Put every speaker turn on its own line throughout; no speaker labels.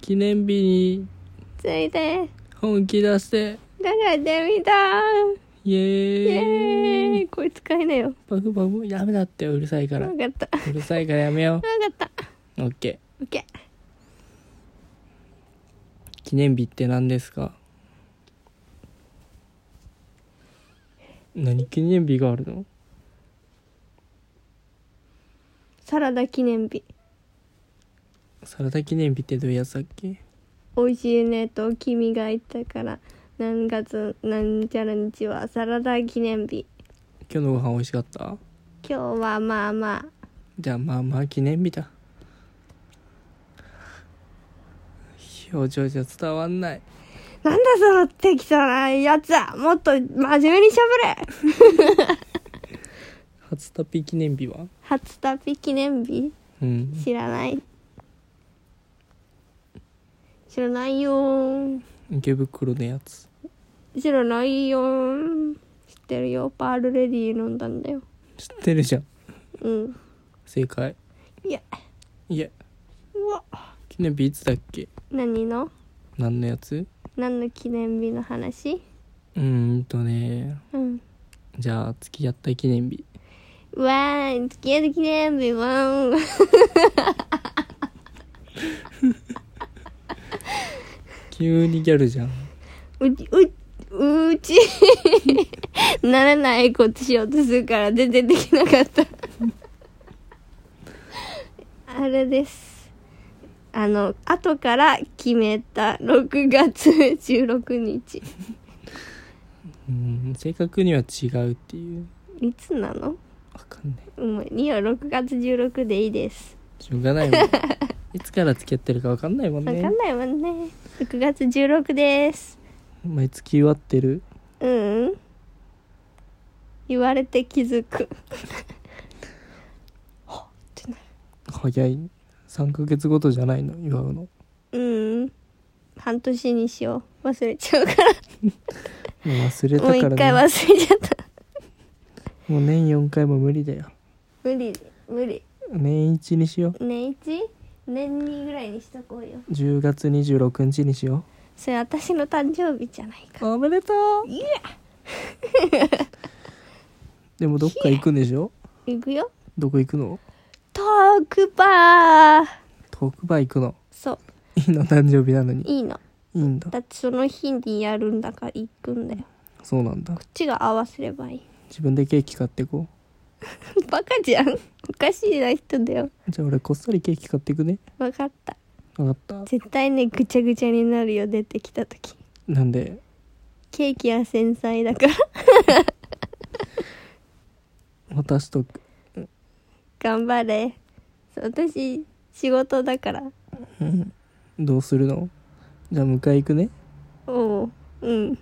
記念日に
ついて
本気出して
だからデミだ
イエ
イエ
ーイ
ーイこれ使えなよ
バクバクダメだってうるさいから
分
う
かった分か
るさいからやめよ
った
うオ ッケ
オッケー
ー記念日って何ですか何記念日があるの
サラダ記念日
サラダ記念日ってどういうやつだっけ
美味しいねと君が言ったから何月何ちゃら日はサラダ記念日
今日のご飯美味しかった
今日はまあまあ
じゃあまあまあ記念日だ表情じゃ伝わんない
なんだその適当なやつはもっと真面目にしゃべれ
初タピ記念日は
初旅記念日
うん
知らない知らないよー
池袋のやつ
知らないよー知ってるよパールレディー飲んだんだよ
知ってるじゃん
うん
正解
いや
いや
うわ
記念日いつだっけ
何の
何のやつ
何の記念日の話
うーんとね
うん
じゃあ付き合った記念日
うわー付き合う記念日わーん
急にギャルじゃん
うちうう ちならないことしようとするから全然できなかったあれですあの後から決めた6月16日
うん正確には違うっていう
いつなの
わかんない
うん2は6月16でいいです
しょうがない もんいつから付き合ってるかわかんないもん
わかん
ね
ないもんね6月16です
毎月祝ってる
うんうん言われて気づく
早い3ヶ月ごとじゃないの祝うの
うん半年にしよう忘れちゃうから
もう忘れた
もう一
か
回
らね
忘れちゃった
もう年4回も無理だよ
無理無理
年1にしよ
年一年二ぐらいにしとこうよ
う10月26日にしよ
それ私の誕生日じゃないうか
おめでとう
いや
でもどっか行くんでしょ
行くよ
どこ行くの
トークバー
トークバー行くの
そう
いいの誕生日なのに
いいの
いいんだ
だってその日にやるんだから行くんだよ
そうなんだ
こっちが合わせればいい
自分でケーキ買ってこ
バカじゃんおかしいな人だよ
うじゃあ俺こっそりケーキ買ってくね
分かった
分かった
絶対ねぐちゃぐちゃになるよ出てきた時
なんで
ケーキは繊細だから
渡しとく
頑張れそう私仕事だから
うんどうするのじゃあ迎え行くね
おううん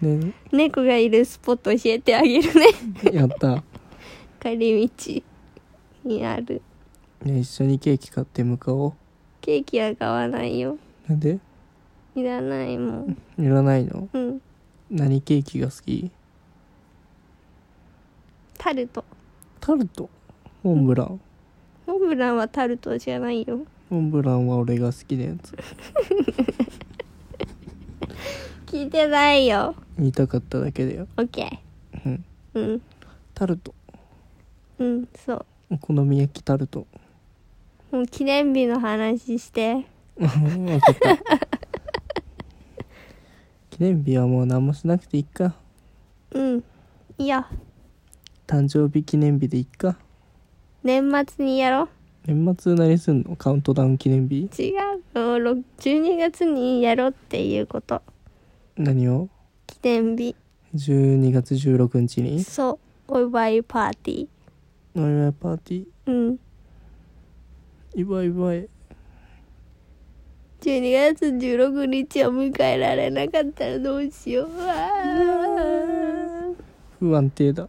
ね
猫がいるスポット教えてあげるね
やった
帰り道にある
ね一緒にケーキ買って向かお
ケーキは買わないよ
うなんで
いらないもん
いらないの
うん
何ケーキが好き
タルト
タルトモンブラン
モンブランはタルトじゃないよ
モンブランは俺が好きなやつ
聞いてないよ
言いたかっただけだよ
オッケ
うん
ーうん
タルト
うんそう
お好み焼きタルト
もう記念日の話して
分かった記念日はもう何もしなくていいか
うんいいよ
誕生日記念日でいいか
年末にやろう
年末何すんのカウントダウン記念日
違うのろ12月にやろうっていうこと
何を
記念日
12月16日に
そうお祝いパーティー
お祝いパーティー
うん
祝い祝い
12月16日を迎えられなかったらどうしようわー
不安定だ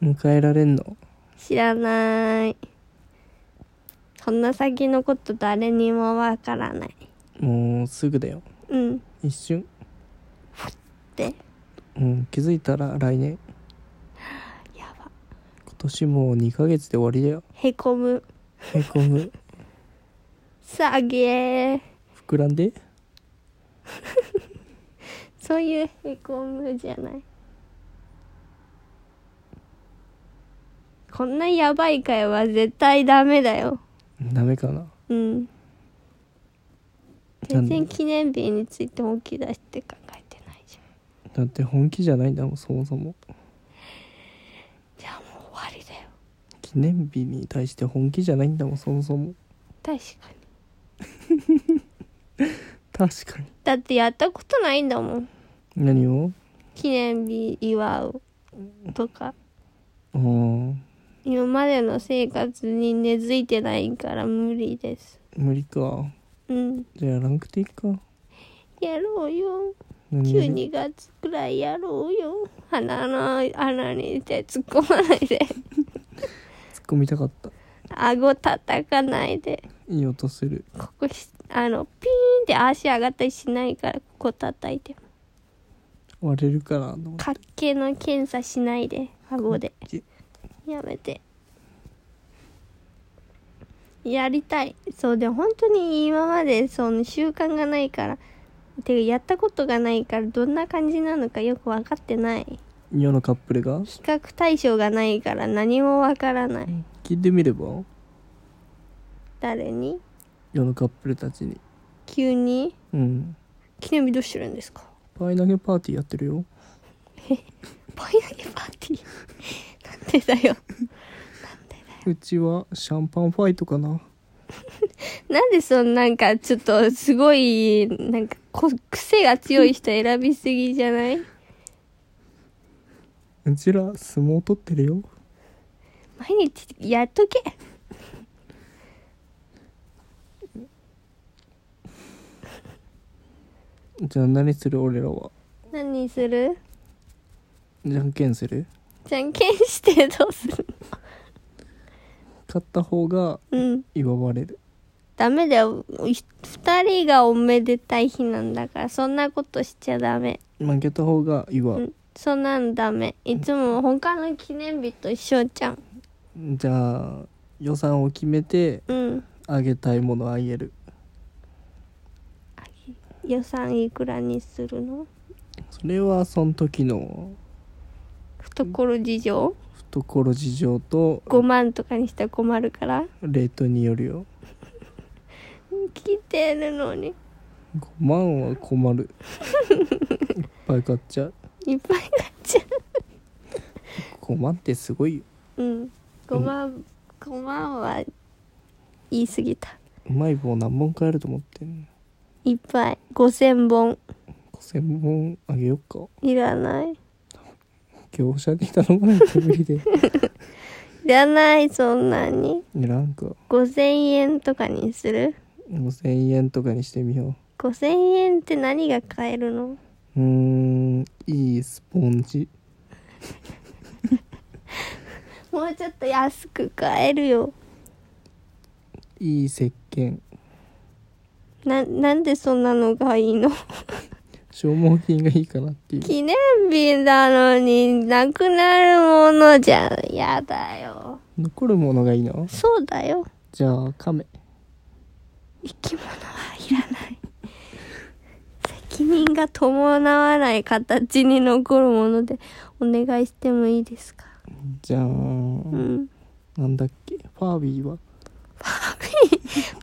迎えられんの
知らないそんな先のこと誰にもわからない
もうすぐだよ
うん
一瞬
で
うん気づいたら来年
やば
今年もう2ヶ月で終わりだよ
へこむ
へこむ
さあげー
膨らんで
そういうへこむじゃないこんなやばい会話絶対ダメだよ
ダメかな
うん
なんで
全然記念日について本気出して考えてないじゃ
だって本気じゃないんだもんそもそも
んじゃあもう終わりだよ
記念日に対して本気じゃないんだもんそもそも
確かに
確かに
だってやったことないんだもん
何を
記念日祝うとか
うん
今までの生活に根付いてないから無理です
無理か
うん
じゃあやらなくていいか
やろうよ
何より
12月くらいやろうよ鼻の穴に手突っ込まないで
突っ込みたかった
顎叩かないで
いい音する
ここしあのピーンって足上がったりしないからここ叩いて
割れるからと思って
滑稽の検査しないで顎で
じ
やめてやりたいそうでも本当に今までその習慣がないからてかやったことがないからどんな感じなのかよく分かってない
世のカップルが
比較対象がないから何もわからない
聞いてみれば
誰に
世のカップルたちに
急に
うん
記念日どうしてるんですか
パイ投げパーティーやってるよ
パイ投げパーティー なんでだよ
うちはシャンパンファイトかな
なんでそのなんかちょっとすごいなんかこ癖が強い人選びすぎじゃないう
ちら相撲取ってるよ
毎日やっとけ
じゃあ何する俺らは
何する
じゃんけんする
じゃんけんしてどうする
勝った方が
うん
祝われる
ダメだよ二人がおめでたい日なんだからそんなことしちゃダメ
負けた方が祝う、
そんなんダメいつも他の記念日と一緒じゃん
じゃあ予算を決めて
うん
あげたいものあげる
予算いくらにするの
それはその時の
懐事情
懐事情と
5万とかにしたら困るから
レートによるよ
聞いてるのに
5万は困るいっぱい買っちゃう
いっぱい買っちゃ
5万ってすごいよ
ううん5万5万は言い過ぎた
うまい棒何本買えると思ってんの
いっぱい5000本
5000本あげよっか
いらない
業者に頼まないと無理でい
いらないそんなに
らんか
5000円とかにする
5000円とかにしてみよ
5000円って何が買えるの
ううーんいいスポンジ
もうちょっと安く買えるよ
いい石鹸
ななんでそんなのがいいの
消耗品がいいかなっていう
記念日なのになくなるものじゃやだよ
残るものがいいな
そうだよ
じゃあカメ
生き物はいらない責任が伴わない形に残るものでお願いしてもいいですか
じゃあ、
うん
なんだっけファービーは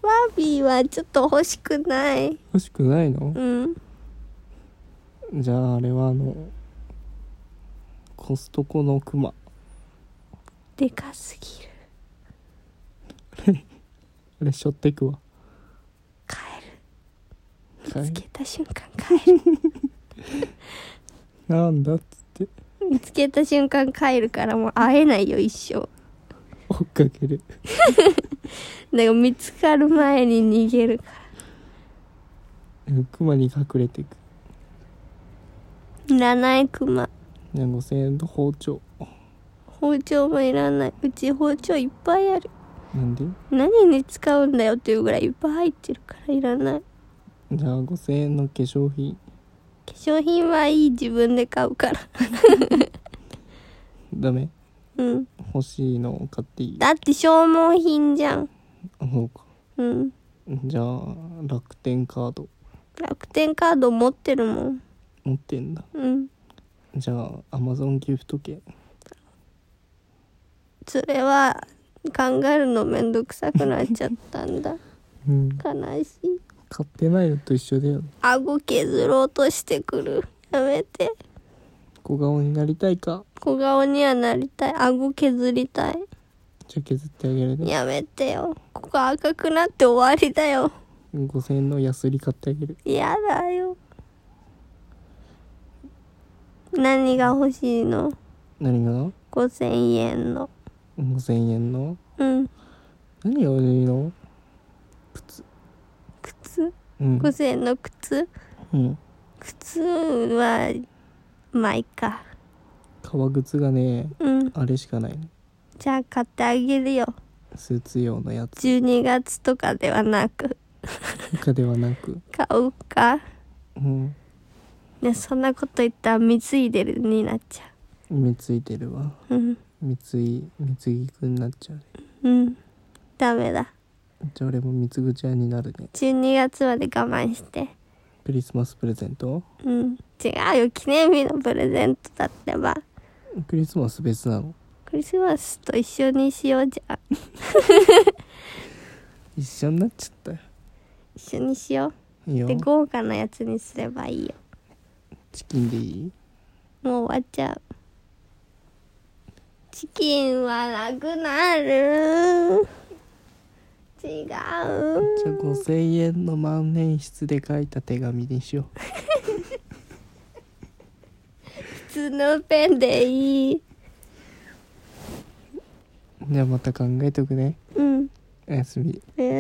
バービーはちょっと欲しくない
欲しくないの
うん
じゃああれはあのコストコのクマ
でかすぎる
あれしょってくわ
カエル
カエ
見
ル
つけた瞬間カエル
なんだっつって
見つけた瞬間カエルからもう会えないよ一生
追っかける
だから見つかる前に逃げるか
クマに隠れていく
らいらないクマ
じゃあ5000円と包丁
包丁もいらないうち包丁いっぱいある
なんで
何に使うんだよっていうぐらいいっぱい入ってるからいらない
じゃあ5000円の化粧品
化粧品はいい自分で買うから
ダメ
うん
欲しいのを買っていい
だって消耗品じゃん
あそうか
うん
じゃあ楽天カード
楽天カード持ってるもん
持ってんだ
うん
じゃあアマゾンギフト券
それは考えるのめんどくさくなっちゃったんだ
うん
悲しい
買ってないのと一緒だよ
顎削ろうとしてくるやめて
小顔になりたいか
小顔にはなりたい顎削りたい
じゃあ削ってあげるね
やめてよここ赤くなって終わりだよ
5000円のヤスリ買ってあげる
やだよ何が欲しいの
何が
5000円の
5000円の
うん
何が欲しいの
靴
うん
5000円の靴
うん
靴はまあいいか
革靴がね
うん
あれしかないね
じゃあ買ってあげるよ
スーツ用のやつ
12月とかではなく
とかではなく
買うか
うん
ねそんなこと言ったら貢いでるになっちゃ
貢いでるわ
ううん
貢い貢ぎくんになっちゃうね
うんダメだ
じゃあ俺も貢ぐちゃんになるね
12月まで我慢して
クリスマスプレゼント
うん違うよ記念日のプレゼントだってば
クリスマス別なの
クリスマスと一緒にしようじゃん
一緒になっちゃったよ
一緒にしよ
いいうよ
で豪華なやつにすればいいよ
チキンでいい
もう終わっちゃうチキンはなくなる違
じゃあ
う
5000円の万年筆で書いた手紙にしよう
普通のペンでいい
じゃあまた考えとくね
うん
おやすみ
おやすみ